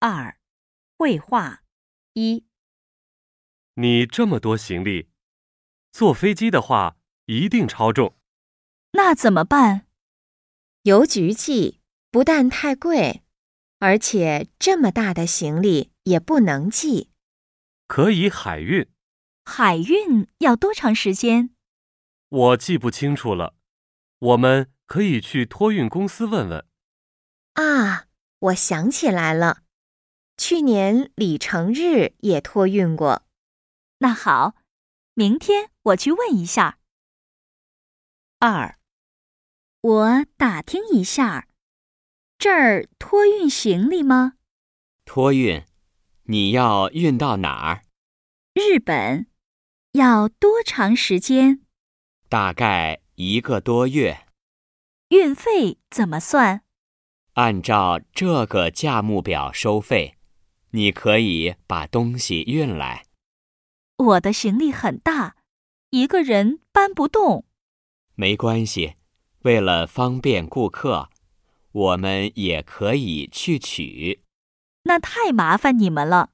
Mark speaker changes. Speaker 1: 二，绘画。一，
Speaker 2: 你这么多行李，坐飞机的话一定超重。
Speaker 1: 那怎么办？
Speaker 3: 邮局寄不但太贵，而且这么大的行李也不能寄。
Speaker 2: 可以海运，
Speaker 1: 海运要多长时间？
Speaker 2: 我记不清楚了，我们可以去托运公司问问。
Speaker 3: 啊，我想起来了，去年李成日也托运过。
Speaker 1: 那好，明天我去问一下。二，我打听一下，这儿托运行李吗？
Speaker 4: 托运，你要运到哪儿？
Speaker 1: 日本要多长时间？
Speaker 4: 大概一个多月。
Speaker 1: 运费怎么算？
Speaker 4: 按照这个价目表收费，你可以把东西运来。
Speaker 1: 我的行李很大，一个人搬不动。
Speaker 4: 没关系，为了方便顾客，我们也可以去取。
Speaker 1: 那太麻烦你们了。